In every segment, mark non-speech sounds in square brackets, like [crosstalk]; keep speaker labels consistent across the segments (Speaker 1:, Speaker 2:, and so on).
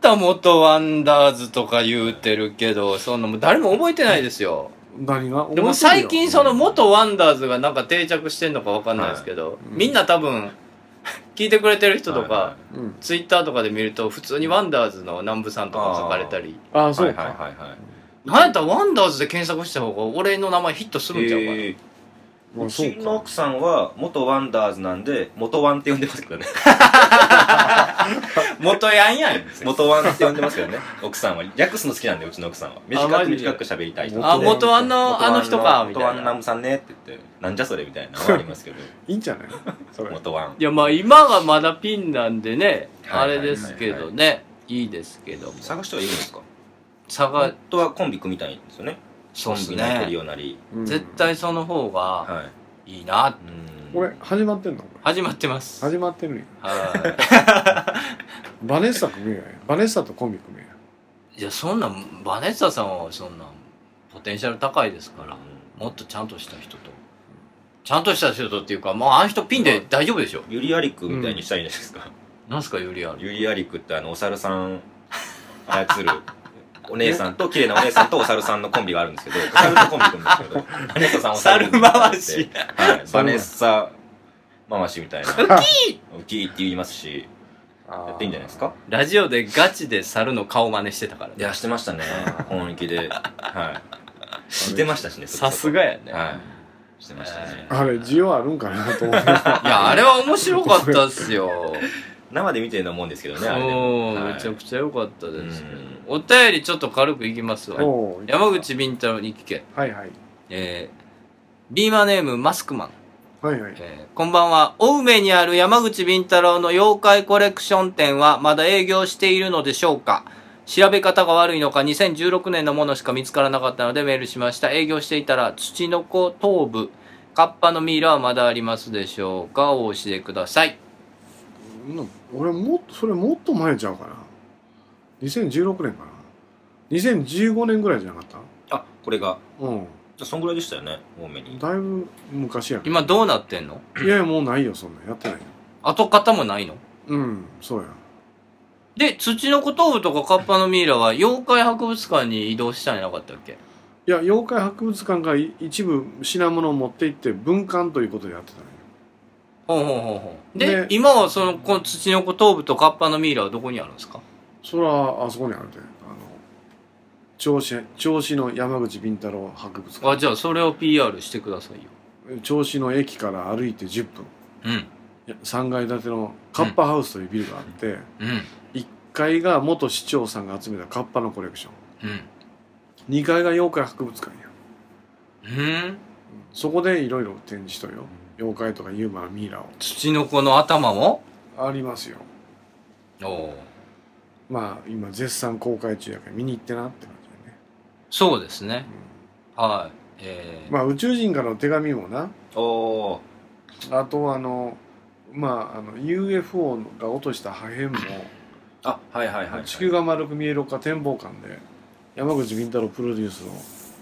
Speaker 1: た元ワンダーズとか言うてるけど、そんなもう誰も覚えてないですよ。
Speaker 2: 何が
Speaker 1: でも最近その元ワンダーズがなんか定着してんのかわかんないですけど、
Speaker 2: うん
Speaker 1: みんな多分、聞いてくれてる人とか、
Speaker 3: はいは
Speaker 2: うん
Speaker 1: ツイッターとかで見ると普通にワンダーズの南部さんとかも書かれたり
Speaker 2: ああ
Speaker 3: いは
Speaker 2: そ
Speaker 3: いうはい
Speaker 2: か
Speaker 3: はいはい
Speaker 1: なんやったらワンダーズで検索した方が俺の名前ヒットするんちゃうかな、
Speaker 3: えー
Speaker 2: あ
Speaker 3: う
Speaker 2: そう
Speaker 3: ち
Speaker 2: か
Speaker 3: の奥さんは元ワンダーズなんで元ワンって呼んでますけど [laughs] ね
Speaker 1: 元ヤンやん
Speaker 3: 元ワンって呼んでますけどね奥さんは略すの好きなんでうちの奥さんは短
Speaker 1: マ
Speaker 3: く
Speaker 1: ジで
Speaker 3: 短く喋りたい人
Speaker 1: あ
Speaker 2: 元ワン
Speaker 1: 元ワンの
Speaker 3: 元
Speaker 1: あ
Speaker 3: ワン
Speaker 1: の人かみ
Speaker 3: 元
Speaker 1: た
Speaker 3: ワ
Speaker 1: い
Speaker 3: ンナ
Speaker 1: な
Speaker 3: ムさんねって言ってなんじゃそれみたいなのはありますけど
Speaker 2: いいんじゃないそれ
Speaker 3: [laughs] 元ワン
Speaker 1: いやまあ今がまだピンなんでね、
Speaker 3: はいはい
Speaker 1: あれですけどね、いい、ですけども
Speaker 3: 探してはいるんですか
Speaker 1: 差が
Speaker 3: 本当はコンビ組みたいんですよね
Speaker 1: そ
Speaker 3: コ
Speaker 1: うっ
Speaker 3: ン
Speaker 1: す
Speaker 3: ビなりトリ
Speaker 1: ね
Speaker 3: オなり
Speaker 2: うん
Speaker 1: 絶対その方が
Speaker 3: はい
Speaker 1: いいな
Speaker 3: うん
Speaker 2: これ始まってんのこれ
Speaker 1: 始まってます
Speaker 2: 始まってるんや
Speaker 1: は
Speaker 2: バネッサ組めやバネッサとコンビ組めや
Speaker 1: いいやそんなんバネッサさんはそんなんポテンシャル高いですから、
Speaker 3: うん
Speaker 1: もっとちゃんとした人と。ちゃんとした人とっていうか、もうあの人ピンで大丈夫でしょ。
Speaker 3: ユリアリクみたいにしたいんじゃないですか、
Speaker 1: なんすか、ユリアン。
Speaker 3: ユリアリクってあのお猿さん操るお姉さんと綺麗なお姉さんとお猿さんのコンビがあるんですけどお猿のコンビ組むんですけどバネッサさんお猿組んで
Speaker 1: 猿回し
Speaker 3: はい、バネッサ回しみたいなウキーウキーって言いますしやっていいんじゃないですか
Speaker 1: ラジオでガチで猿の顔真似してたから
Speaker 3: い
Speaker 1: ね。
Speaker 3: やしてましたね本気ではいしてましたしね
Speaker 1: さすがやね。
Speaker 3: はいしてましたね
Speaker 2: あれ需要あるんかなと思って
Speaker 1: いや、あれは面白かったっすよ。
Speaker 3: 生で見てるのもんですけどねあれでも、
Speaker 1: うん、
Speaker 3: はい
Speaker 1: めちゃくちゃ良かったですけど
Speaker 3: うん。
Speaker 1: お便りちょっと軽くいきます [laughs] わ。
Speaker 2: おう
Speaker 1: 山口敏太郎に聞け。
Speaker 2: はいはい
Speaker 1: えー、ビーマーネームマスクマン。
Speaker 2: はいはい
Speaker 1: えーこんばんは。青梅にある山口敏太郎の妖怪コレクション店はまだ営業しているのでしょうか調べ方が悪いのか2016年のものしか見つからなかったのでメールしました。営業していたら土の子頭部、カッパのミイラはまだありますでしょうかお教えください。
Speaker 2: うん俺もっとそれもっと前ちゃうかな2016年かな2015年ぐらいじゃなかっ
Speaker 3: あこれが
Speaker 2: たうん
Speaker 3: じゃあそんぐらいでしたよね多めに
Speaker 2: だいぶ昔や
Speaker 1: 今どうなってんの
Speaker 2: いやいやもうないよそんなんやってないよ
Speaker 1: 跡形もないの
Speaker 2: うんそうや
Speaker 1: で、土の子頭部とかカッパのミイラは妖怪博物館に移動したんじゃなかったっけ
Speaker 2: いや妖怪博物館がい一部品物を持って行って文館ということでやってたね
Speaker 1: ほうほうほうほう。で、
Speaker 2: ね
Speaker 1: 今はその、この土の子頭部とカッパのミイラはどこにあるんですか
Speaker 2: それはあそこにあるであの銚子銚子の山口敏太郎博物館
Speaker 1: あじゃあそれを PR してくださいよ
Speaker 2: 銚子の駅から歩いて10分
Speaker 1: うん
Speaker 2: いや3階建てのカッパハウスというビルがあって、
Speaker 1: うん
Speaker 2: 1階が元市長さんが集めたカッパのコレクション
Speaker 1: うん
Speaker 2: 2階が妖怪博物館や
Speaker 1: うん
Speaker 2: そこでいろいろ展示しとるよ妖怪とかユーマーミイラを
Speaker 1: 土の子の頭も
Speaker 2: ありますよ
Speaker 1: おお
Speaker 2: まあ今絶賛公開中やから見に行ってなって感じだね、
Speaker 1: そうですね
Speaker 2: う
Speaker 1: はいえ
Speaker 2: んまあ宇宙人からの手紙もな
Speaker 3: おお
Speaker 2: あとあのまああの UFO が落とした破片も
Speaker 3: あはいはいはい、はい、
Speaker 2: 地球が丸く見えるか展望館で山口敏太郎プロデュースの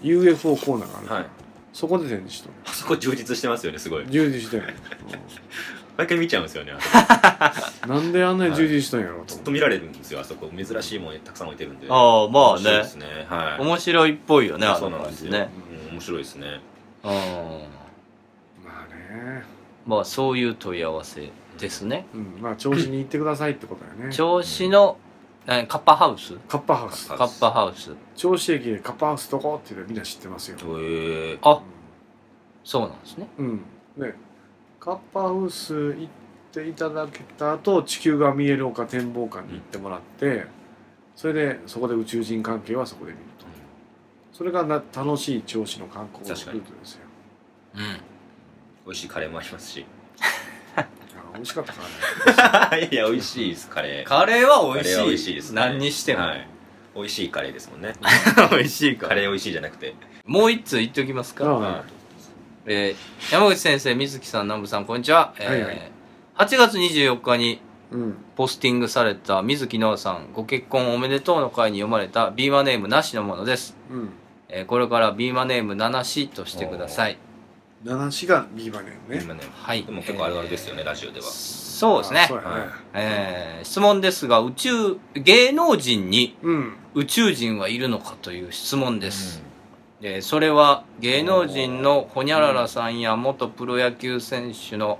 Speaker 2: UFO コーナーがあるから、
Speaker 3: はい
Speaker 2: そこで展示しと
Speaker 3: あそこ充実してますよねすごい
Speaker 2: る充実してる、
Speaker 3: 毎回見ちゃうんですよねあそこ
Speaker 2: うんなんであんなに充実したんやろうと
Speaker 3: ずっ
Speaker 2: 思
Speaker 3: と見られるんですよあそこ珍しいもんたくさん置いてるんで
Speaker 1: ー、ああまあ
Speaker 3: 面白い
Speaker 1: ね
Speaker 3: ですねはい
Speaker 1: 面白いっぽいよねあ
Speaker 3: そう
Speaker 1: の
Speaker 3: なん
Speaker 1: 感
Speaker 3: です
Speaker 1: じ
Speaker 3: よ、
Speaker 1: ね
Speaker 3: うん、面白いですね
Speaker 1: うん
Speaker 2: まあね
Speaker 1: まあそういう問い合わせですね
Speaker 2: うんまあ調子に行ってくださいってことだよね
Speaker 1: 銚子の何カッパハウス
Speaker 2: カッパハウス
Speaker 3: カ
Speaker 1: カ
Speaker 3: ッパハウス
Speaker 1: ッパハウス
Speaker 2: 銚子駅でカッパハウスどこっていうのみんな知ってますよ
Speaker 3: へえ
Speaker 1: あそうなんですね
Speaker 2: うんねカッパハウス行っていただけた後地球が見える丘展望館に行ってもらって、それでそこで宇宙人関係はそこで見るとそれがな楽しい調子の観光ルートですよ
Speaker 1: うん
Speaker 3: 美 [laughs] 味しいカレーもありますし
Speaker 2: あ美味しかったからね
Speaker 3: いや美味しいですカレー
Speaker 1: カレーは美
Speaker 3: カ
Speaker 1: 味
Speaker 3: レ
Speaker 1: し
Speaker 3: ー
Speaker 1: い
Speaker 3: は美味しいです、ね、
Speaker 1: 何にしても、
Speaker 3: はい、美味しいカレーですもんね
Speaker 1: 美味しいか
Speaker 3: カ
Speaker 1: ら
Speaker 3: レー美味しいじゃなくて
Speaker 1: もう一通言っておきますか
Speaker 2: あ
Speaker 3: は
Speaker 1: えー山口先生、水木さん、南部さん、こんにちは。えー
Speaker 2: はいはい
Speaker 1: 8月24日に
Speaker 2: うん
Speaker 1: ポスティングされた水木奈々さん、ご結婚おめでとうの会に読まれたビーマネームなしのものです。
Speaker 2: うん
Speaker 1: えーこれからビーマネームななしとしてください。
Speaker 2: 7が B バネよね
Speaker 3: 今ね
Speaker 1: はい
Speaker 3: でも結構あるあるですよね、ラジオでは
Speaker 1: そうです
Speaker 2: あ
Speaker 1: ね
Speaker 2: そうやね、
Speaker 3: はい
Speaker 1: えー質問ですが宇宙芸能人に
Speaker 2: うん
Speaker 1: 宇宙人はいるのかという質問です、えーそれは芸能人のホニャララさんや元プロ野球選手の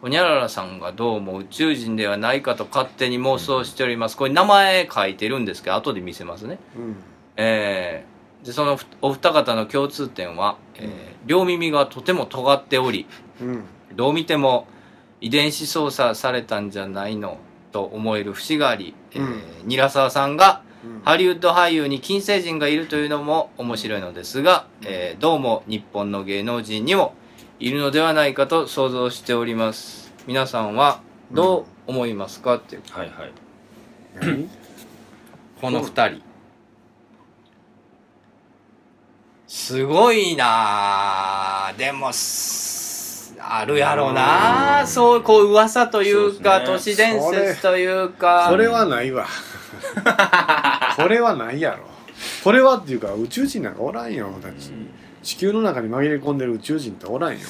Speaker 1: ホニャララさんがどうも宇宙人ではないかと勝手に妄想しておりますこれ名前書いてるんですけど後で見せますね
Speaker 2: うん
Speaker 1: えーでそのお二方の共通点は、えー両耳がとても尖っており
Speaker 2: うん
Speaker 1: どう見ても遺伝子操作されたんじゃないのと思える節があり、えー
Speaker 2: うん
Speaker 1: 韮沢さんが
Speaker 2: うん
Speaker 1: ハリウッド俳優に金星人がいるというのも面白いのですが、えーどうも日本の芸能人にもいるのではないかと想像しております皆さんはどう思いますかっていう
Speaker 3: はいはい
Speaker 2: 何
Speaker 1: この二人すごいなあでもすあるやろうなあ
Speaker 3: うん
Speaker 1: そうこう噂というか
Speaker 3: そ
Speaker 1: 都
Speaker 3: うっす
Speaker 1: 市伝説というか
Speaker 2: これはな
Speaker 1: [laughs]
Speaker 2: いわこれはないやろこれはっていうか宇宙人なんかおらんよ俺たち地球の中に紛れ込んでる宇宙人っておらんよ、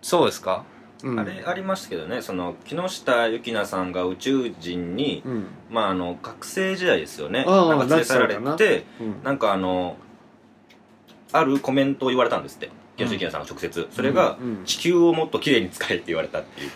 Speaker 1: そうですか
Speaker 2: うん、
Speaker 3: あれありましたけどねその木下ゆきなさんが宇宙人に、
Speaker 2: うん
Speaker 3: まああの学生時代ですよね
Speaker 2: ああ
Speaker 3: なんか連れ去られ
Speaker 2: 拉致さ
Speaker 3: て
Speaker 2: うん
Speaker 3: なんかあのあるコメントを言われたんですって木下ゆきなさんが直接、それが、
Speaker 2: うん
Speaker 3: 地球をもっと綺麗に使え」って言われたっていう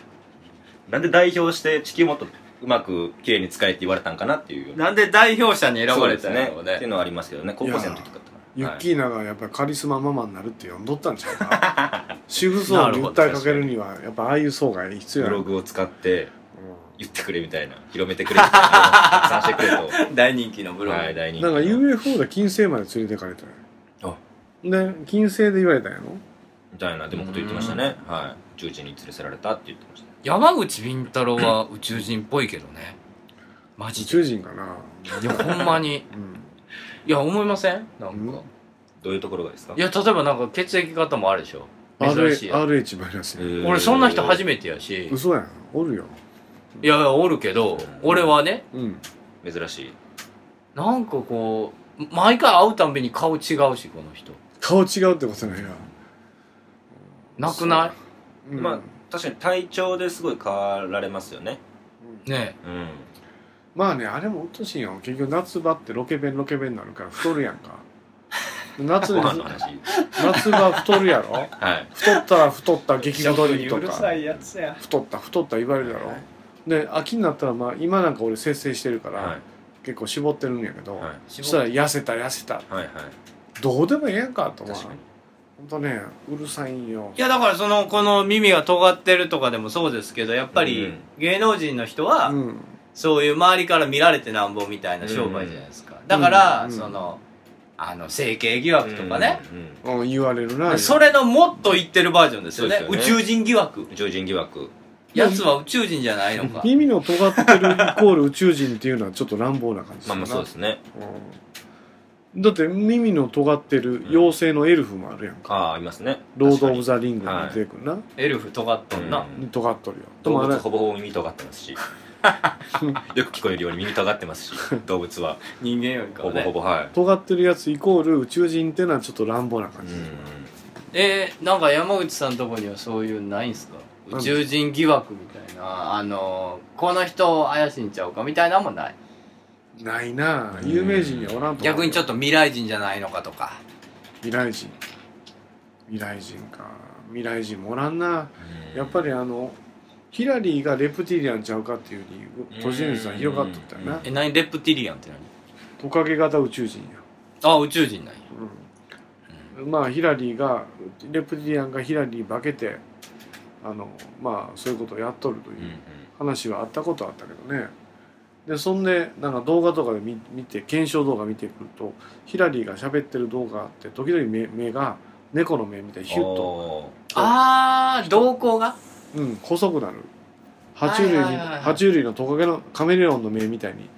Speaker 3: なんで代表して地球もっとうまく綺麗に使えって言われたんかなっていう
Speaker 1: なんで代表者に選ばれた
Speaker 3: そ
Speaker 1: ん
Speaker 3: う
Speaker 1: や
Speaker 3: です
Speaker 1: ろう
Speaker 3: ねって
Speaker 1: ね
Speaker 3: いうのはありますけどね高校生の時だったか
Speaker 2: ユ
Speaker 3: ら
Speaker 2: ッキーナがやっぱりカリスマママになるって呼んどったんちゃうか [laughs] 主婦層に訴えかけるにはやっぱああいう層が必
Speaker 3: ブ
Speaker 2: 要や
Speaker 3: ロ
Speaker 2: ろ、
Speaker 3: グを使って
Speaker 2: う
Speaker 3: 言ってくれみたいな広めてくれみたい
Speaker 1: [laughs]
Speaker 3: な拡散してくれと
Speaker 1: 大人気のブログ、
Speaker 3: はい大
Speaker 2: ん、
Speaker 3: 人気
Speaker 2: なんか
Speaker 3: の
Speaker 2: UFO で金星まで連れてかれた
Speaker 3: あ
Speaker 2: んやで金星で言われたんやろ
Speaker 3: みたいなでもこと言ってましたねはい宇宙人に連れ去られたって言ってました
Speaker 1: 山口敏太郎は宇宙人っぽいけどねマ
Speaker 2: 宇
Speaker 1: ジで
Speaker 2: 宙人かな、
Speaker 1: いやほんまに
Speaker 3: [laughs]
Speaker 2: うん、
Speaker 1: いや思いませんなんか、
Speaker 2: うん
Speaker 3: どういうところがですか
Speaker 1: いや例えばなんか血液型もあるでしょ珍しい
Speaker 2: RH
Speaker 1: やん
Speaker 2: RH マイナス
Speaker 1: 俺そんな人初
Speaker 3: め
Speaker 1: めてやし
Speaker 2: 嘘やんおるよ
Speaker 1: いやいやおるけど俺はね
Speaker 2: うん
Speaker 3: 珍しい
Speaker 1: なんかこう毎回会うたんびに顔違うしこの人
Speaker 2: 顔違うってことないや、
Speaker 1: なくな
Speaker 2: うん、
Speaker 3: まあ確かに体調ですごい変わられますよね
Speaker 2: うん
Speaker 1: いね
Speaker 3: うん
Speaker 2: まあねあれもうっとしいよ結局夏場ってロケ弁ロケ弁になるから太るやん
Speaker 3: [laughs]
Speaker 2: か夏
Speaker 3: ご
Speaker 2: に
Speaker 3: 飯の話
Speaker 2: 夏場太るやろ
Speaker 3: はい
Speaker 2: 太ったら太った激太りと
Speaker 1: うるさ
Speaker 2: か
Speaker 1: いやつや
Speaker 2: 太った太った言われるやろで秋になったらまあ今なんか俺節制してるから、
Speaker 3: はい
Speaker 2: 結構絞ってるんやけど、
Speaker 3: はい
Speaker 2: そしたら痩せた痩せた
Speaker 3: はいはい
Speaker 2: どうでもええやんかと思う
Speaker 3: 確か
Speaker 2: ほ
Speaker 3: に
Speaker 2: んとねうるさいんよ
Speaker 1: いやだからそのこの耳が尖ってるとかでもそうですけどやっぱ
Speaker 3: う
Speaker 1: り
Speaker 3: ん
Speaker 1: 芸能人の人は
Speaker 2: うん
Speaker 1: そういう周りから見られてなんぼみたいな商売じゃないですかだから、
Speaker 2: うん
Speaker 1: そのあの整形疑惑とかね、
Speaker 3: うんうん
Speaker 2: うん言われるな
Speaker 1: それのもっと言ってるバージョンですよね
Speaker 3: そうですよね
Speaker 1: 宇宙人疑惑
Speaker 3: 宇宙人疑惑
Speaker 1: やつは宇宙人じゃないのか
Speaker 2: 耳の尖ってるイコール宇宙人っていうのはちょっと乱暴な感じ
Speaker 3: まあまあそうですね
Speaker 2: うんだって耳の尖ってる妖精のエルフもあるやんか、
Speaker 3: ああありますね
Speaker 2: ロード・オブ・
Speaker 3: ザ
Speaker 2: ザ・リングに出てくるな、
Speaker 1: エルフ尖っとんな、
Speaker 3: うん
Speaker 2: 尖っとるよで
Speaker 3: 動
Speaker 2: もあ
Speaker 3: 物
Speaker 2: れ
Speaker 3: ほぼほぼ耳尖ってますしよく聞こえるように耳尖ってますし動物は
Speaker 1: 人間よりか
Speaker 3: ほ
Speaker 1: は
Speaker 3: ぼ
Speaker 1: ね
Speaker 3: ほぼはい
Speaker 2: 尖ってるやつイコール宇宙人ってのはちょっと乱暴な感
Speaker 3: う
Speaker 2: じ、
Speaker 3: ん
Speaker 1: えー、なんか山口さんとこにはそういうのないんすか宇宙人疑惑みたいなあのーこの人怪しいんちゃうかみたいなのもない
Speaker 2: ないなあ
Speaker 3: うん
Speaker 2: 有名人にはおらんと思う
Speaker 1: 逆にちょっと未来人じゃないのかとか
Speaker 2: 未来人未来人か未来人もおらんなやっぱりあのヒラリーがレプティリアンちゃうかっていう理由都市伝説は広がっとったよ
Speaker 3: う
Speaker 2: なん
Speaker 1: え何レプティリアンって
Speaker 2: トカゲ型宇宙人や、
Speaker 1: 何あ宇宙人なんや
Speaker 2: うん、まあヒラリーがレプティリアンがヒラリー化けてあのまあそういうことをやっとるといううん
Speaker 3: うん
Speaker 2: 話はあったことはあったけどねでそんでなんか動画とかで見見て検証動画見てくるとヒラリーが喋ってる動画あって時々目目が猫の目みたいにヒュッと、
Speaker 3: と
Speaker 1: あー瞳孔が
Speaker 2: うん、細くなる爬虫類に、
Speaker 1: はいはいはいはい
Speaker 2: 爬虫類のトカゲのカメレオンの目みたいに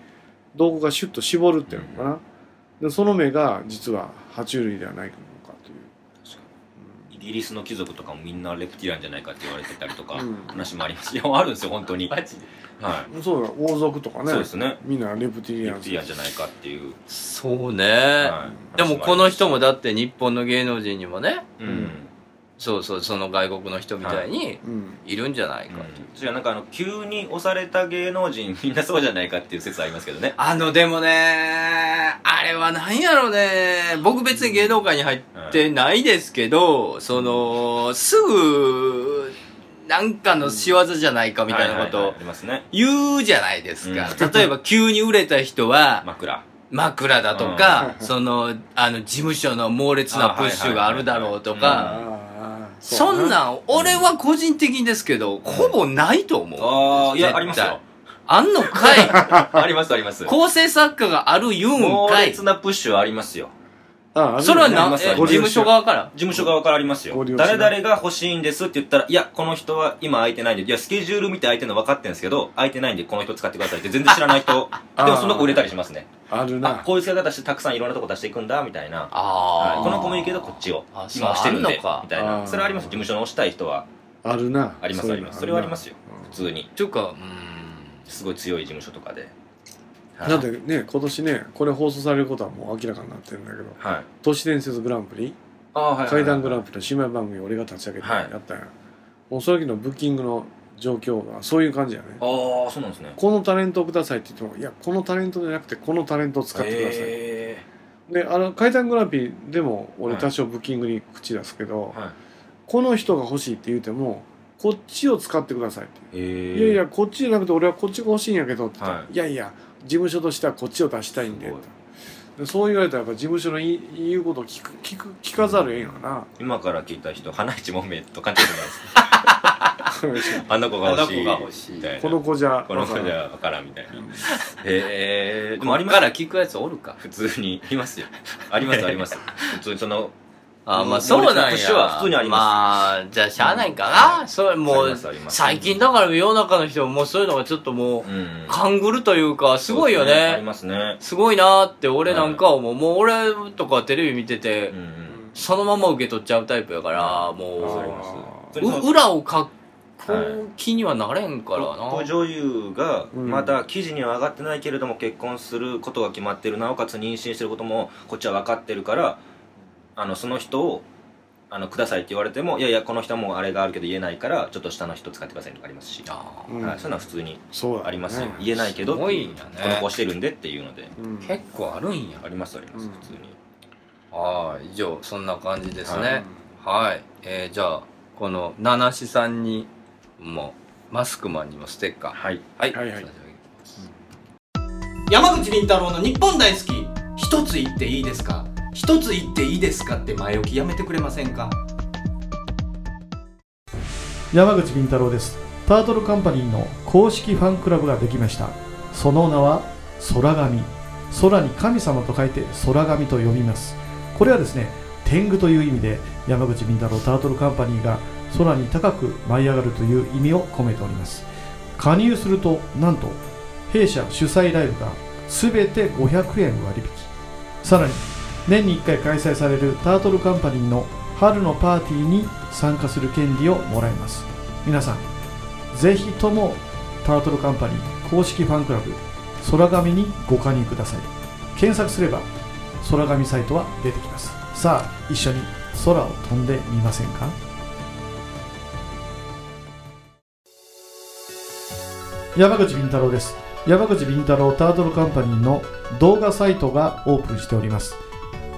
Speaker 2: 動画がシュッと絞るっていうのかな、でその目が実は爬虫類ではないのかという。
Speaker 3: イギリスの貴族とかもみんなレプティランじゃないかって言われてたりとか
Speaker 2: うん
Speaker 3: 話もありますいやあるんですよ本当にはい
Speaker 1: ジで
Speaker 2: そうだ王族とかね
Speaker 3: そうですね
Speaker 2: みんなレプティリ
Speaker 3: レ
Speaker 2: アン
Speaker 3: プティランじゃないかっていう
Speaker 1: そうね、
Speaker 3: はい
Speaker 1: でもこの人もだ
Speaker 3: だ
Speaker 1: って日本の芸能人にもね
Speaker 3: うん
Speaker 1: そうそうその外国の人みたいに
Speaker 2: うん
Speaker 1: いるんじゃないか、
Speaker 3: うん、違うなんかあの急に押された芸能人みんなそうじゃないかっていう説ありますけどね
Speaker 1: あのでもねあれはなんやろね僕別に芸能界に入ってないですけど、そのすぐなんかの仕業じゃないかみたいなこ
Speaker 3: はは
Speaker 1: と
Speaker 3: はありますね
Speaker 1: 言うじゃないですか、
Speaker 3: う
Speaker 1: 例えば急に売れた人
Speaker 3: [laughs]
Speaker 1: は
Speaker 3: 枕
Speaker 1: 枕だとか、そのあの事務所の猛烈なプッシュがあるだろうと
Speaker 3: あはいはいはい
Speaker 1: か、
Speaker 2: あ
Speaker 3: はい
Speaker 2: あ
Speaker 1: そん
Speaker 2: ん
Speaker 1: なん、俺は個人的にですけど、ほぼないと思う。
Speaker 3: ああいや
Speaker 1: 絶対
Speaker 3: ありますよ
Speaker 1: あんの
Speaker 3: [laughs]
Speaker 1: かい
Speaker 3: ありますあります
Speaker 1: 構成作家がある言うん
Speaker 3: 猛
Speaker 1: かい
Speaker 3: 烈なプッシュはありますよ
Speaker 2: ああ
Speaker 1: それは
Speaker 3: あり
Speaker 1: な、
Speaker 3: ま
Speaker 1: え
Speaker 3: すあ
Speaker 1: 事
Speaker 3: りま
Speaker 1: 務
Speaker 3: す
Speaker 1: 所側から。
Speaker 3: 事務所側からあります
Speaker 2: ご
Speaker 3: よ
Speaker 2: 利用しな
Speaker 3: 誰々が欲しいんですって言ったらいやこの人は今空いてないんでいやスケジュール見て空いてるの分かってるんですけど空いてないんでこの人使ってくださいって全然知らない [laughs] 人で
Speaker 2: あー
Speaker 3: もその子売れたりしますね
Speaker 2: ある
Speaker 3: あ
Speaker 2: な
Speaker 3: こういう使い方してたくさんいろんなとこ出していくんだみたいな
Speaker 1: あ
Speaker 3: は
Speaker 1: あ。
Speaker 3: いこの子もいいけどこっちを
Speaker 1: あそう
Speaker 3: 今押してるん
Speaker 1: あん
Speaker 3: で
Speaker 1: のか
Speaker 3: みたいな
Speaker 2: あー
Speaker 3: それはあります事務所の押したい人は
Speaker 2: あるな
Speaker 3: あります
Speaker 2: そ
Speaker 3: あ
Speaker 2: ういう
Speaker 3: り
Speaker 2: の
Speaker 3: ますそれはありますよ
Speaker 2: うん
Speaker 3: 普通に
Speaker 1: っていうか、うーん。
Speaker 3: すごい強い事務所とかではい
Speaker 2: なんでね今年ねこれ放送されることはもう明らかになってるんだけど
Speaker 3: はい
Speaker 2: 都市伝説グランプリ
Speaker 3: ああはい
Speaker 2: 怪談グランプリの姉妹番組を俺が立ち上げて
Speaker 3: は
Speaker 2: や
Speaker 3: い
Speaker 2: ったんや、もうその時のブッキングの状況がそういう感じやね
Speaker 3: ああそうなんですね
Speaker 2: このタレントをくださいって言ってもいやこのタレントじゃなくてこのタレントを使ってください、
Speaker 3: へ
Speaker 2: であの怪談グランプリでも俺
Speaker 3: はい
Speaker 2: 多少ブッキングに口出すけど、
Speaker 3: ーはい
Speaker 2: この人が欲しいって言うてもこっちを使ってくださいって、
Speaker 3: へえ
Speaker 2: いやいやこっちじゃなくて俺はこっちが欲しいんやけどって言ったら、、
Speaker 3: はい
Speaker 2: やいや事務所としてはこっちを出したいんです
Speaker 3: ごい
Speaker 2: でそう言われたらやっぱ事務所の言い言うことを聞く聞く聞かざるをえんよ
Speaker 3: [laughs]
Speaker 2: な、
Speaker 3: 今から聞いた人花一もめと勘違いじゃないですか [laughs] あの子が
Speaker 1: あの
Speaker 3: 欲し
Speaker 1: 子
Speaker 3: い
Speaker 1: が欲しい
Speaker 3: みたいな
Speaker 2: この子じゃ
Speaker 3: この子じ
Speaker 2: わ
Speaker 3: ゃ分からんみたいな
Speaker 2: からんうん
Speaker 3: へえで
Speaker 1: で
Speaker 3: も
Speaker 1: も
Speaker 3: あ
Speaker 1: あ
Speaker 3: り
Speaker 1: れ
Speaker 3: ます
Speaker 1: から聞くやつおるか。
Speaker 3: 普通にいますよありますあります [laughs] 普通にその
Speaker 1: あーま
Speaker 3: うん
Speaker 1: あそうなんや。
Speaker 3: 俺の年は普通にあります
Speaker 1: まあ、じゃあしゃあないかな。それも
Speaker 3: あり
Speaker 1: う
Speaker 3: ますあり、ます
Speaker 1: 最近だから世の中の人ももうそういうのがちょっとも
Speaker 3: う
Speaker 1: う、
Speaker 3: ん
Speaker 1: 勘ぐるというか、すごいよ
Speaker 3: そうですあり
Speaker 1: ね。
Speaker 3: ますね
Speaker 1: すごいなーって俺なんかは思う。もう俺とかテレビ見てて
Speaker 3: うんう、ん
Speaker 1: そのまま受け取っちゃうタイプやから、
Speaker 3: わかり
Speaker 1: も
Speaker 3: ます
Speaker 1: う、
Speaker 2: あー
Speaker 3: それそう
Speaker 1: う裏を書
Speaker 3: はい
Speaker 1: く気にはなれんからな。
Speaker 3: トップ女優が
Speaker 2: うん
Speaker 3: まだ記事には上がってないけれども結婚することが決まってるなおかつ妊娠してることもこっちは分かってるからあのその人をあのくださいって言われてもいやいやこの人はもうあれがあるけど言えないからちょっと下の人使ってくださいとかありますし、
Speaker 1: あー
Speaker 2: うん
Speaker 3: はい、そういうのは普通に
Speaker 2: そうだね
Speaker 3: ありますよ、言えないけど
Speaker 1: すごいんだね
Speaker 3: この子してるんでっていうので
Speaker 2: うん
Speaker 1: 結構あるんや
Speaker 3: あ。りますあります、
Speaker 2: うん
Speaker 3: 普通に
Speaker 1: ああ、以上、そんな感じです
Speaker 3: 構
Speaker 1: ね。はい。えー、じゃあ、この、七七さんにも、マスクマンにもステッカー。
Speaker 3: はい
Speaker 1: はい。
Speaker 2: はい
Speaker 1: 差し
Speaker 2: はい
Speaker 1: 上げます山口倫太郎の日本大好き。一つ言っていいですか一つ言っていいですかって前置きやめてくれませんか
Speaker 4: 山口敏太郎ですタートルカンパニーの公式ファンクラブができましたその名は空神空に神様と書いて空神と呼びますこれはですね天狗という意味で山口敏太郎タートルカンパニーが空に高く舞い上がるという意味を込めております加入するとなんと弊社主催ライブが全て500円割引さらに年に1回開催されるタートルカンパニーの春のパーティーに参加する権利をもらえます皆さんぜひともタートルカンパニー公式ファンクラブ空紙にご加入ください検索すれば空紙サイトは出てきますさあ一緒に空を飛んでみませんか山口敏太郎です山口敏太郎タートルカンパニーの動画サイトがオープンしております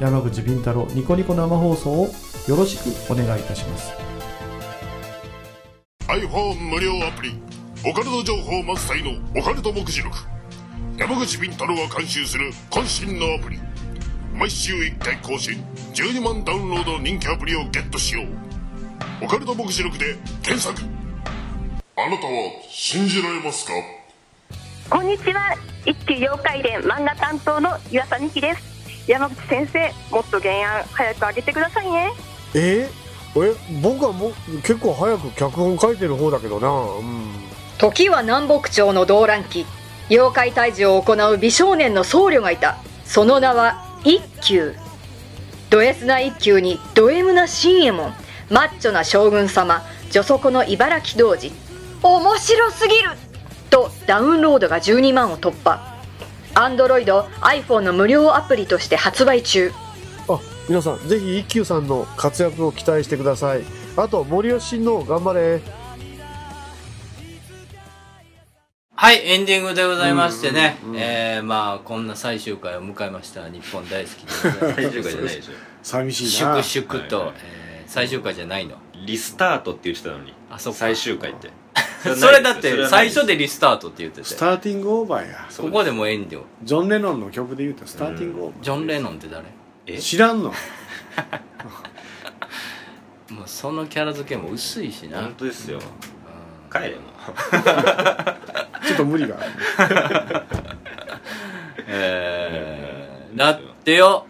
Speaker 4: 山口敏太郎ニコニコ生放送をよろしくお願いいたします
Speaker 5: iPhone 無料アプリオカルト情報満載のオカルト目次録山口敏太郎が監修する渾身のアプリ毎週1回更新12万ダウンロードの人気アプリをゲットしようオカルト目次録で検索あなたは信じられますか
Speaker 6: こんにちは一級妖怪伝漫画担当の岩佐美希です山口先生もっと原案早く上げてくださいね
Speaker 7: えーえ僕はもう結構早く脚本書いてる方だけどなうん
Speaker 8: 時は南北朝の動乱期妖怪退治を行う美少年の僧侶がいたその名は一休ド S な一休にド M な新右衛門マッチョな将軍様女底の茨城童子面白すぎるとダウンロードが12万を突破 Android、iPhone の無料アプリとして発売中
Speaker 7: あ皆さんぜひ一休さんの活躍を期待してくださいあと森吉親王頑張れ
Speaker 1: はい、エンディングでございましてね、えー、まあ、こんな最終回を迎えました、日本大好きでございます。
Speaker 3: 最終回じゃないでしょ
Speaker 2: 寂しいな
Speaker 1: 粛々と、
Speaker 3: はいはい
Speaker 1: えー最終回じゃないの。
Speaker 3: リスタートって言ってたのに
Speaker 1: あそっか
Speaker 3: 最終回って
Speaker 1: [laughs] それだって、最初
Speaker 3: で
Speaker 1: でリスタートって言ってて
Speaker 2: ス、ターティングオーバーや
Speaker 1: ここでもエンディング。
Speaker 2: ジョン・レノンの曲で言うとスターティングオーバ
Speaker 1: ジョン・レノンって誰
Speaker 2: ー
Speaker 3: え
Speaker 2: 知らんの
Speaker 1: もうそのキャラ付けも薄いしな。
Speaker 3: 本当ですよ帰れも
Speaker 2: ちょっと無
Speaker 3: [laughs]
Speaker 2: 理がある
Speaker 1: えー、だってよ。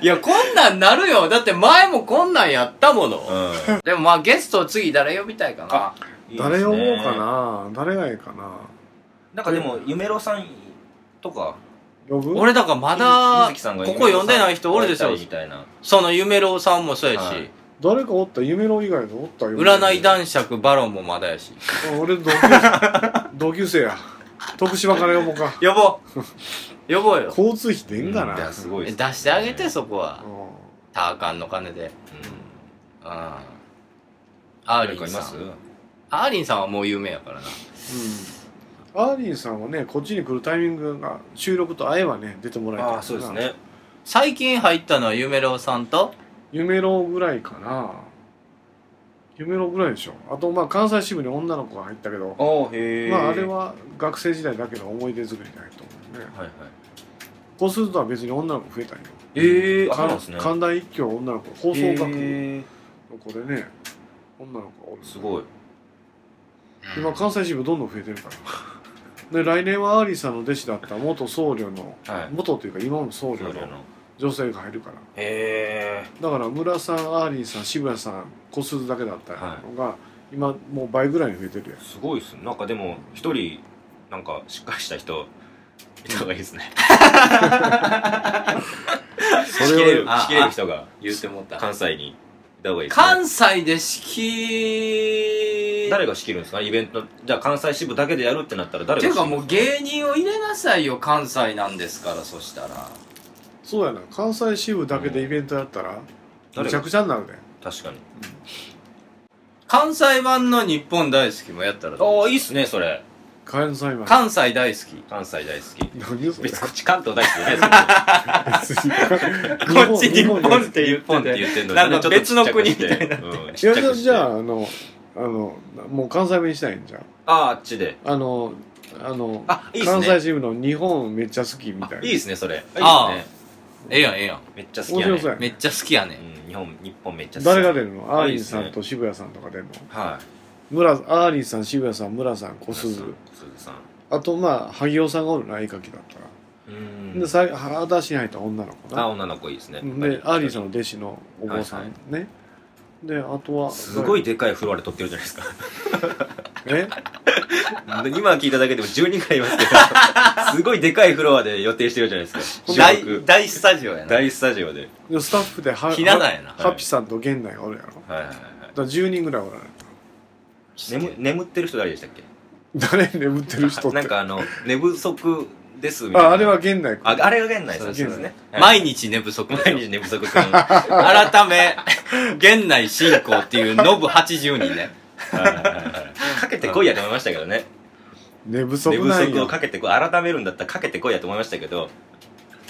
Speaker 1: いや、こんなんなるよ。だって前もこんなんやったもの。
Speaker 3: う
Speaker 1: でもまあゲストを次誰呼びたいかな。
Speaker 3: ん
Speaker 2: 誰呼ぼうか
Speaker 3: な
Speaker 2: な誰がいいかな
Speaker 3: なんかでも夢郎さんとか
Speaker 2: 呼ぶ
Speaker 1: 俺だからまだ、
Speaker 3: 水木さんが
Speaker 1: ここ呼んでない人おるでしょ
Speaker 3: み。たいな
Speaker 1: その夢郎さんもそうやし、
Speaker 3: はい
Speaker 2: 誰かおった夢の以外でおったよ
Speaker 1: 占い男爵バロンもまだやし。
Speaker 2: 俺同級
Speaker 3: [laughs]
Speaker 2: 同級生や徳島から呼ぼうか
Speaker 1: 呼ぼう。呼ぼうよ。
Speaker 2: 交通費出んかな、
Speaker 3: いやすごい
Speaker 1: 出
Speaker 3: です
Speaker 1: してあげて、そこは
Speaker 2: う。ん
Speaker 1: ターカンの金で。
Speaker 3: うん
Speaker 1: うん。アー
Speaker 3: 誰
Speaker 1: リ
Speaker 3: か
Speaker 1: ン
Speaker 3: い
Speaker 1: さ
Speaker 3: ます
Speaker 1: ん。アーリンさんはもう有名やからな。
Speaker 2: うんアーリンさんはねこっちに来るタイミングが収録と合えばね出てもらいたい
Speaker 3: ああそうですね
Speaker 1: 最近入ったのは夢郎さんと、
Speaker 2: 夢郎ぐらいかな夢郎ぐらいでしょあとまあ関西支部に女の子が入ったけど
Speaker 3: ああへえ
Speaker 2: まああれは学生時代だけの思い出作りじゃないと思うんで
Speaker 3: はいはい
Speaker 2: こうするとは別に女の子増えたんよ
Speaker 3: ええあそうな
Speaker 2: か
Speaker 3: んですね
Speaker 2: 関大一挙女の子放送学部
Speaker 3: へえ
Speaker 2: の子でね女の子がおる
Speaker 3: すごい
Speaker 2: 今関西支部どんどん増えてるからで来年はアーリーさんの弟子だった元僧侶の、
Speaker 3: はい
Speaker 2: 元というか今も僧
Speaker 3: そう
Speaker 2: 侶
Speaker 3: だ
Speaker 2: の
Speaker 3: な
Speaker 2: 女性が入るから
Speaker 3: へえ
Speaker 2: だから村さんアーリーさん渋谷さん小鈴だけだったのが、今もう倍ぐらいに増えてるやん
Speaker 3: すごいっすねなんかでも一人なんかしっかりした人いた方がいいで
Speaker 2: [laughs]
Speaker 3: すね
Speaker 1: れ
Speaker 3: 仕切れる
Speaker 1: あ
Speaker 3: 仕切れる人が
Speaker 1: 言うてもった。
Speaker 3: 関西にいた方がいいですね
Speaker 1: 関西で式
Speaker 3: 誰が仕切るんですかイベントじゃあ関西支部だけでやるってなったら誰
Speaker 1: てい
Speaker 3: が
Speaker 1: う
Speaker 3: 仕切
Speaker 1: か
Speaker 3: る
Speaker 1: もう芸人を入れなさいよ関西なんですからそしたら
Speaker 2: そうやな関西支部だけでイベントやったら、
Speaker 3: 誰
Speaker 2: め
Speaker 3: が
Speaker 2: ちゃくちゃになるね
Speaker 3: 確かに
Speaker 1: 関西版の日本大好きもやったらどう
Speaker 3: ああいいっすねそれ
Speaker 2: 関西まで
Speaker 1: 関西大好き
Speaker 3: 関西大好き
Speaker 2: 何それ
Speaker 3: 別にこっち関東大好きじゃ
Speaker 1: [laughs]
Speaker 3: ないですけ
Speaker 2: 別に
Speaker 1: こっち日本っ
Speaker 2: で
Speaker 1: て言
Speaker 3: ど日本
Speaker 1: っ
Speaker 3: って
Speaker 1: て
Speaker 3: 言って
Speaker 1: て
Speaker 3: んの
Speaker 1: な
Speaker 3: に
Speaker 1: んか別の国みたいな
Speaker 3: うん
Speaker 2: い
Speaker 3: ちっちゃ
Speaker 2: や
Speaker 3: くして
Speaker 2: じゃああのあのもう関西弁にしたいんじゃん
Speaker 3: あああっちで
Speaker 2: あのあの
Speaker 3: あいいっす
Speaker 2: 関
Speaker 3: ね
Speaker 2: 西チームの日本めっちゃ好きみたいない
Speaker 3: いですねそれいいです
Speaker 1: あ
Speaker 3: ね
Speaker 1: ええやんええやん
Speaker 3: めっちゃ好き
Speaker 2: 面
Speaker 3: やね
Speaker 2: 白そうや
Speaker 1: めっちゃ好きやねん
Speaker 3: うん日本日本めっちゃ好き
Speaker 2: 誰が出るのア
Speaker 3: あ
Speaker 2: ー
Speaker 3: い
Speaker 2: リ
Speaker 3: い
Speaker 2: ン
Speaker 3: っすね
Speaker 2: さんと渋谷さんとか出るの
Speaker 3: は
Speaker 2: 村アーリンさん渋谷さん村さん
Speaker 3: い
Speaker 2: 小鈴
Speaker 3: 鈴さん
Speaker 2: あとまあ萩尾さんがおるな絵描きだったら、
Speaker 3: うん
Speaker 2: でさ裸足に入った女の子
Speaker 3: あ
Speaker 2: な
Speaker 3: 女の子いいですね
Speaker 2: でアーリンさんの弟子のお坊さん
Speaker 3: はい
Speaker 2: ね、であとは
Speaker 3: すごいでかいフロアで撮ってるじゃないですか
Speaker 2: え
Speaker 3: 今聞いただけでも12回いますけど [laughs] すごいでかいフロアで予定してるじゃないですか収
Speaker 1: 大
Speaker 3: 録
Speaker 1: 大スタジオやな
Speaker 3: 大スタジオで
Speaker 2: でスタッフでは
Speaker 1: ひな壇やな
Speaker 2: ハッピーさんと源内がおるやろだか
Speaker 3: はいはいはい
Speaker 2: ら10人ぐらいおられる
Speaker 3: 眠眠ってる人誰でしたっけ
Speaker 2: 誰眠ってる人って
Speaker 3: なんかあの寝不足ですみたいな
Speaker 2: ああれは源内君
Speaker 3: ああれが源内さん
Speaker 2: そう
Speaker 3: ですね
Speaker 1: 毎日寝不足だ
Speaker 3: 毎
Speaker 1: よ
Speaker 3: 日寝不足 [laughs] くんはい
Speaker 1: 改め源内信仰っていうノブ80人ね
Speaker 3: はいはいかけてこいやと思いましたけどね
Speaker 2: 寝不
Speaker 3: 寝
Speaker 2: 足
Speaker 3: 不
Speaker 2: なん
Speaker 3: 足を
Speaker 2: よ
Speaker 3: かけてこい改めるんだったらかけてこいやと思いましたけど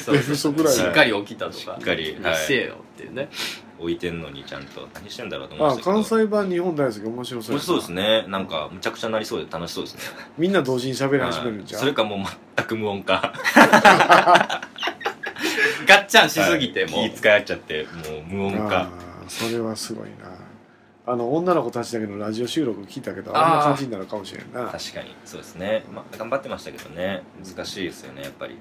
Speaker 2: 寝不足だ
Speaker 1: し
Speaker 2: よ
Speaker 1: っかり起きたとか
Speaker 3: しっかり
Speaker 1: う
Speaker 3: は
Speaker 1: る
Speaker 3: い
Speaker 1: せえよっていうね
Speaker 3: 置いてんのにちゃんと何してんだろうと思いま
Speaker 2: あ
Speaker 3: したけど
Speaker 2: 関西版日本大好き面白そうや
Speaker 3: 面白
Speaker 2: な
Speaker 3: そうですねなんかむちゃくちゃなりそうで楽しそうですね
Speaker 2: みんな同時に喋り始めるんじゃん
Speaker 3: それかもう全く無音か
Speaker 1: ガッチャンしすぎてもう、
Speaker 3: はい気使い合っちゃってもう無音
Speaker 2: あ
Speaker 3: か
Speaker 2: あそれはすごいなあの女の子たちだけのラジオ収録聞いたけど
Speaker 1: あー
Speaker 2: あんな感じになるかもしれんな
Speaker 3: 確かにそうですねまあ頑張ってましたけどね難しいですよねやっぱり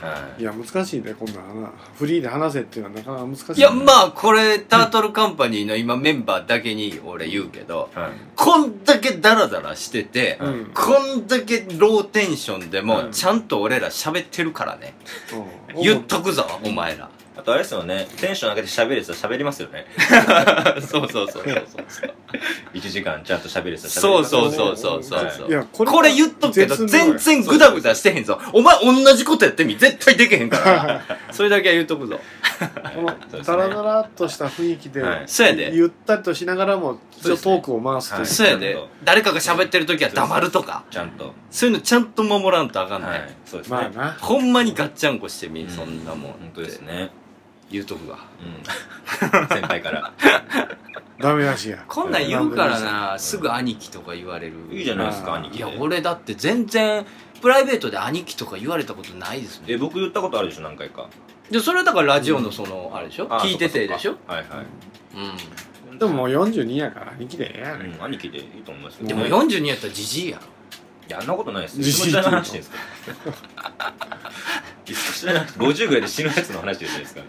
Speaker 3: はい
Speaker 2: いや難しいねこんなんなフリーで話せっていうのはなかなか難しい、ね、
Speaker 1: いや、まあ、これ、タートルカンパニーの [laughs] 今メンバーだけに俺言うけど、
Speaker 3: はい
Speaker 1: こんだけダラダラしてて、
Speaker 2: うん、
Speaker 1: こんだけローテンションで
Speaker 2: う
Speaker 1: も、
Speaker 2: ん
Speaker 1: ちゃんと俺ら喋ってるからね。
Speaker 2: うん
Speaker 1: 言っとくぞ、お前ら。
Speaker 3: あとあれですよねテンション上げて喋るやつは喋りますよ
Speaker 1: [laughs]
Speaker 3: ね
Speaker 1: そうそうそうそうそう。
Speaker 3: 1時間ちゃんと喋るやつは喋り
Speaker 1: そ
Speaker 3: ま
Speaker 1: う
Speaker 3: すよ
Speaker 1: そう
Speaker 3: ね
Speaker 1: そうそうそうそう。
Speaker 2: いやこれ
Speaker 1: これ言っとくけど、
Speaker 2: 絶妙
Speaker 1: 全然
Speaker 2: や
Speaker 1: グダグダしてへんぞ。お前同じことやってみ、絶対でけへんから。それだけは言っとくぞ。
Speaker 2: こ
Speaker 3: そう
Speaker 2: の
Speaker 3: です
Speaker 2: ダ
Speaker 3: ね
Speaker 2: ラダラっとした雰囲気で、
Speaker 3: はい
Speaker 1: そうやで。
Speaker 2: ゆったりとしながらも一
Speaker 3: そ
Speaker 2: 応
Speaker 3: うですね
Speaker 2: トークを回すという
Speaker 3: はい
Speaker 1: そうやで
Speaker 3: なるほど。
Speaker 1: 誰かが喋ってる時は黙るとか。
Speaker 3: ちゃんと
Speaker 1: そういうのちゃんと守らんとあかんね。
Speaker 3: はいそうですね
Speaker 2: まあな
Speaker 1: ほんまにガッチャンコしてみ、
Speaker 3: うん
Speaker 1: そんなもん。
Speaker 3: 本当です。
Speaker 1: [laughs]
Speaker 3: ね
Speaker 1: 言うとくわ。
Speaker 3: うん先輩から
Speaker 2: ダメらしいや
Speaker 1: こんなん言うからな、すぐ兄貴とか言われる。
Speaker 3: いいじゃないです
Speaker 2: あ
Speaker 3: か
Speaker 2: ー
Speaker 3: 兄貴
Speaker 1: いや、俺だって全然、プライベートで兄貴とか言われたことないですね。
Speaker 3: え僕言ったことあるでしょ何回か
Speaker 1: で、それはだからラジオのその、あれでしょ
Speaker 3: あ
Speaker 1: 聞いててでしょ
Speaker 3: そっかそっかはいはい
Speaker 1: うん。
Speaker 2: でももう42やから兄貴でええ
Speaker 1: [laughs]
Speaker 2: やね、
Speaker 3: うん、兄貴でいいと思いますけ
Speaker 1: で
Speaker 3: ど
Speaker 1: も
Speaker 3: い
Speaker 1: 42やったらじじいやろ。
Speaker 3: やあんなことないですよ
Speaker 2: 自信
Speaker 3: 気持ちの話してるんですか気持ちの話50ぐらいで死ぬやつの話じゃないですか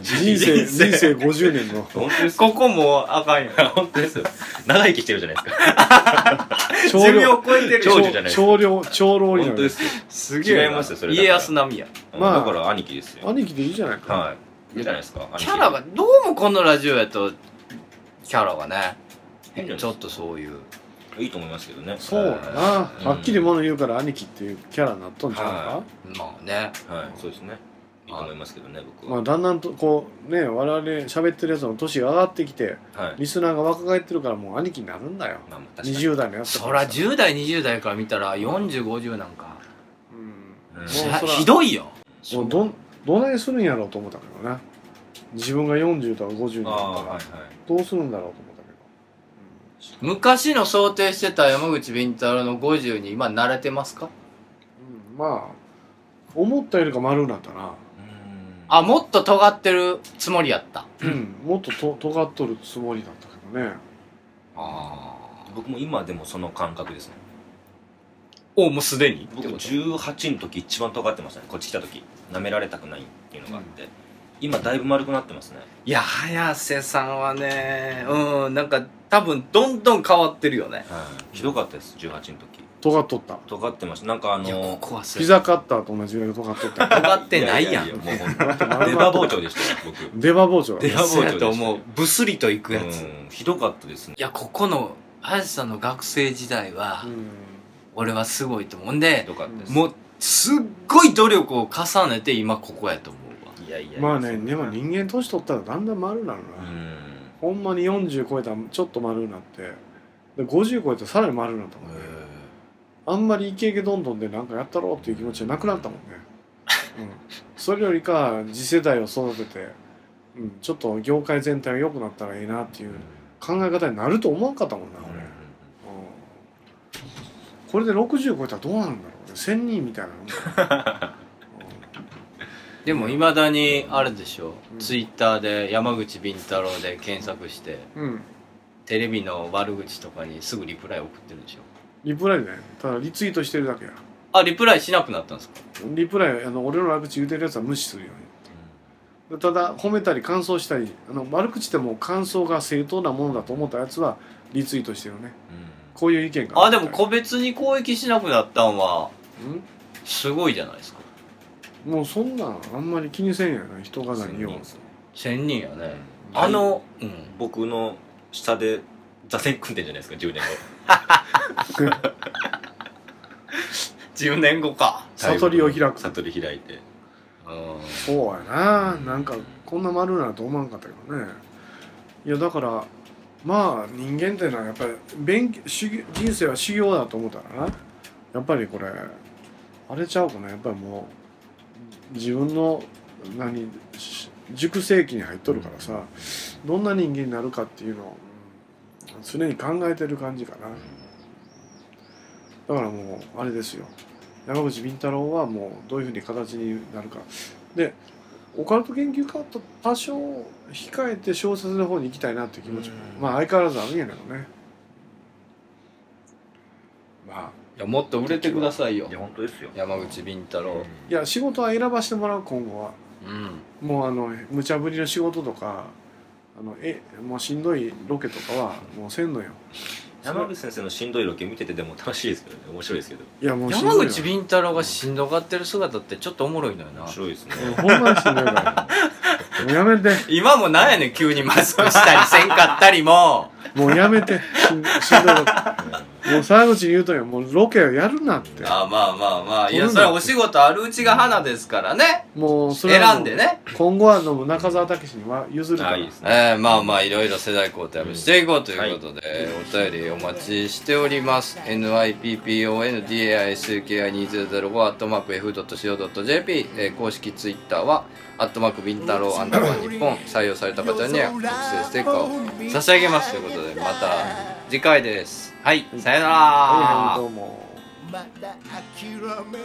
Speaker 2: 人生人生50年
Speaker 1: [laughs]
Speaker 2: の
Speaker 3: 本当ですよ
Speaker 1: ここもあかん [laughs] よ。
Speaker 3: 本当ですよ長生きしてるじゃないですか
Speaker 2: 長老
Speaker 1: 超えて
Speaker 3: 長寿じゃない
Speaker 2: 長老長老にな
Speaker 3: 本当で
Speaker 2: る
Speaker 3: すよ
Speaker 1: すげえな。
Speaker 3: 違いますよそれだから
Speaker 1: 家康並みや。
Speaker 2: まあ
Speaker 3: だから兄貴ですよ
Speaker 2: 兄貴でいいじゃないか、
Speaker 3: はいいいじゃないですか
Speaker 1: キャラが、どうもこのラジオやと、キャラが
Speaker 3: いいんじゃな
Speaker 1: ね、
Speaker 3: い
Speaker 1: ちょっとそういう。
Speaker 3: いいと思いますけどね
Speaker 2: そうやな、
Speaker 3: うん
Speaker 2: はっきり物言うから兄貴っていうキャラになっとんちゃうか、
Speaker 3: は
Speaker 1: まあね。
Speaker 3: はいそうですねいいと思いますけどね僕
Speaker 2: まあ
Speaker 3: は
Speaker 2: だんだんとこうね我々喋ってるやつの年が上がってきて
Speaker 3: はい
Speaker 2: リスナーが若返ってるからもう兄貴になるんだよ
Speaker 3: まあまあ確かに
Speaker 2: 20代のやつとか
Speaker 1: そら10代、20代から見たら、40、50なんか。
Speaker 2: うん
Speaker 3: うん
Speaker 2: もう
Speaker 1: し
Speaker 2: そら
Speaker 1: ゃひどいよ。
Speaker 2: もうどんどないするんやろうと思ったけどな自分が40とか50に
Speaker 3: あ
Speaker 2: な
Speaker 3: あ
Speaker 2: っ
Speaker 3: はいは
Speaker 2: た
Speaker 3: い
Speaker 2: らどうするんだろうと思ったけ
Speaker 1: 昔の想定してた山口敏太郎の50に今慣れてますか
Speaker 2: ど、うん、まあ思ったよりか丸になったな、
Speaker 3: うん
Speaker 1: あ、もっと尖ってるつもりやった。
Speaker 2: うん、もっとと尖っとるつもりだったけどね
Speaker 1: ああ。
Speaker 3: 僕も今でもその感覚ですね
Speaker 1: お、もうすでに
Speaker 3: 僕18の時一番尖ってましたねこっち来た時舐められたくないっていうのがあって、今だいぶ丸くなってますね
Speaker 1: いや、早瀬さんはね、うん、なんか多分どんどん変わってるよね。
Speaker 3: ひどかったです18の時
Speaker 2: 尖っとった
Speaker 3: 尖ってましたなんかあ
Speaker 1: いや、こ
Speaker 3: の
Speaker 1: こはす
Speaker 2: ピザカッターと同じぐらい尖っとったよ
Speaker 1: 尖ってないやん。
Speaker 3: いもうほんと出刃包丁でしたよ僕
Speaker 2: 出刃包丁だ
Speaker 3: 出刃包
Speaker 1: そう
Speaker 3: 丁で
Speaker 1: や
Speaker 3: し
Speaker 1: と
Speaker 3: た
Speaker 1: 思う。ぶすりといくやつ。い
Speaker 3: うんひどかったですね
Speaker 1: や、ここの、早瀬さんの学生時代は、
Speaker 2: うん
Speaker 1: 俺はすごいと思うん
Speaker 3: ひ
Speaker 1: で、
Speaker 3: どかったです
Speaker 1: もう、すっごい努力を重ねて今ここやと思うわ。
Speaker 3: いやいやいや
Speaker 2: まあね
Speaker 3: そんな
Speaker 2: でも人間年取ったらだんだん丸になる
Speaker 3: う
Speaker 2: な、
Speaker 3: ん
Speaker 2: ほんまに40超えたらちょっと丸になってで50超えたらさらに丸になったもんねあんまりイケイケどんどんでなんかやったろうっていう気持ちはなくなったもんね、うん、それよりか次世代を育てて、うん、ちょっと業界全体が良くなったらいいなっていう考え方になると思わんかったもんな
Speaker 3: うん
Speaker 2: 俺、うんこれで60超えたらどうなるんだろうね1000人みたいなの
Speaker 1: でも未だにあれでしょ、
Speaker 2: うん
Speaker 1: ツイッターで山口敏太郎で検索して
Speaker 2: うん、うん、
Speaker 1: テレビの悪口とかにすぐリプライ送ってるでしょ
Speaker 2: リプライじゃないただリツイートしてるだけや
Speaker 1: あリプライしなくなったんですか
Speaker 2: リプライあの俺の悪口言うてるやつは無視するようにただ褒めたり感想したりあの悪口でも感想が正当なものだと思ったやつはリツイートしてるねこういう意見が
Speaker 1: あで
Speaker 2: っ
Speaker 1: も
Speaker 2: たり
Speaker 1: 個別に攻撃しなくなったんは
Speaker 2: うん
Speaker 1: すごいじゃないですか
Speaker 2: もうそんなんあんまり気にせんやな人が
Speaker 3: うん
Speaker 2: 何を
Speaker 1: 1000人や
Speaker 3: うん
Speaker 1: ねあの、うん、
Speaker 3: 僕の下で座禅組んでんじゃないですか10年後
Speaker 1: 10年後か
Speaker 2: 悟りを開く
Speaker 3: 悟り開いて
Speaker 1: うん
Speaker 2: そうやななんかこんな丸なんと思わんかったけどねいやだからまあ人間っていうのはやっぱり勉強修行人生は修行だと思ったらなやっぱりこれあれちゃうかなやっぱりもう自分の何し熟成期に入っとるからさどんな人間になるかっていうのをうん常に考えてる感じかなだからもうあれですよ山口敏太郎はもうどういうふうに形になるかでオカルト研究家と多少控えて小説の方に行きたいなっていう気持ちも
Speaker 3: うん
Speaker 2: まあ相変わらずあるんやけどねまあ
Speaker 1: いやもっと売れてくださいよ
Speaker 3: いや本当ですよ
Speaker 1: 山口敏太郎
Speaker 2: いや仕事は選ばしてもらう今後は
Speaker 1: うん
Speaker 2: もうあの無茶ぶりの仕事とかあのえもうしんどいロケとかはもうせんのよ
Speaker 3: 山口先生のしんどいロケ見ててでも楽しいですけどね面白いですけど
Speaker 2: いやもうしんどい
Speaker 1: 山
Speaker 2: よ
Speaker 1: 口敏太郎がしんどがってる姿ってちょっとおもろいのよな
Speaker 3: 面白いですね
Speaker 2: ほんまにしんどいから [laughs] もうやめて
Speaker 1: 今もなんやねん急にマスクしたりせんかったり
Speaker 2: [laughs]
Speaker 1: も
Speaker 2: もうやめてしんしんどいこともう沢口に言うとんよもうロケをやるなって
Speaker 1: あまあまあまあいやそれはお仕事あるうちが花ですからね
Speaker 2: もうそれは
Speaker 1: 選
Speaker 2: も
Speaker 1: ん
Speaker 2: う
Speaker 1: でね
Speaker 2: 今後はあの中澤武には譲るか
Speaker 3: [laughs] あ
Speaker 2: ら
Speaker 3: いいですね
Speaker 1: えー、まあまあいろいろ世代交代をしていこうということで、お便りお待ちしております、nyppondaisuki2005-f.co.jp、えー公式ツイッターは「アットマークビンタローアンダーバー日本」採用された方には特製ステッカーを差し上げますということでまた次回ですはいさよなら、
Speaker 2: はいはいどうも。
Speaker 4: また諦め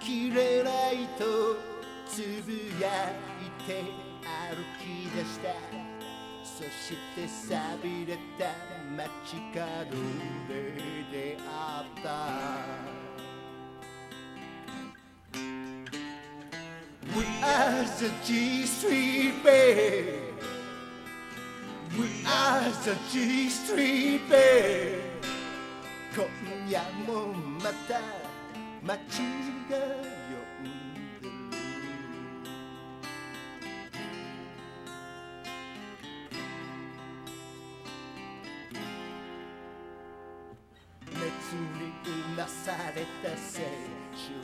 Speaker 4: きれないとつぶやいて歩き出したそして錆びれた街角で出会った We are the G Street Band. We are the G Street Band. 今夜もまた街が呼んでる。熱にうなされた青春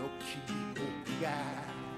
Speaker 4: の記憶が。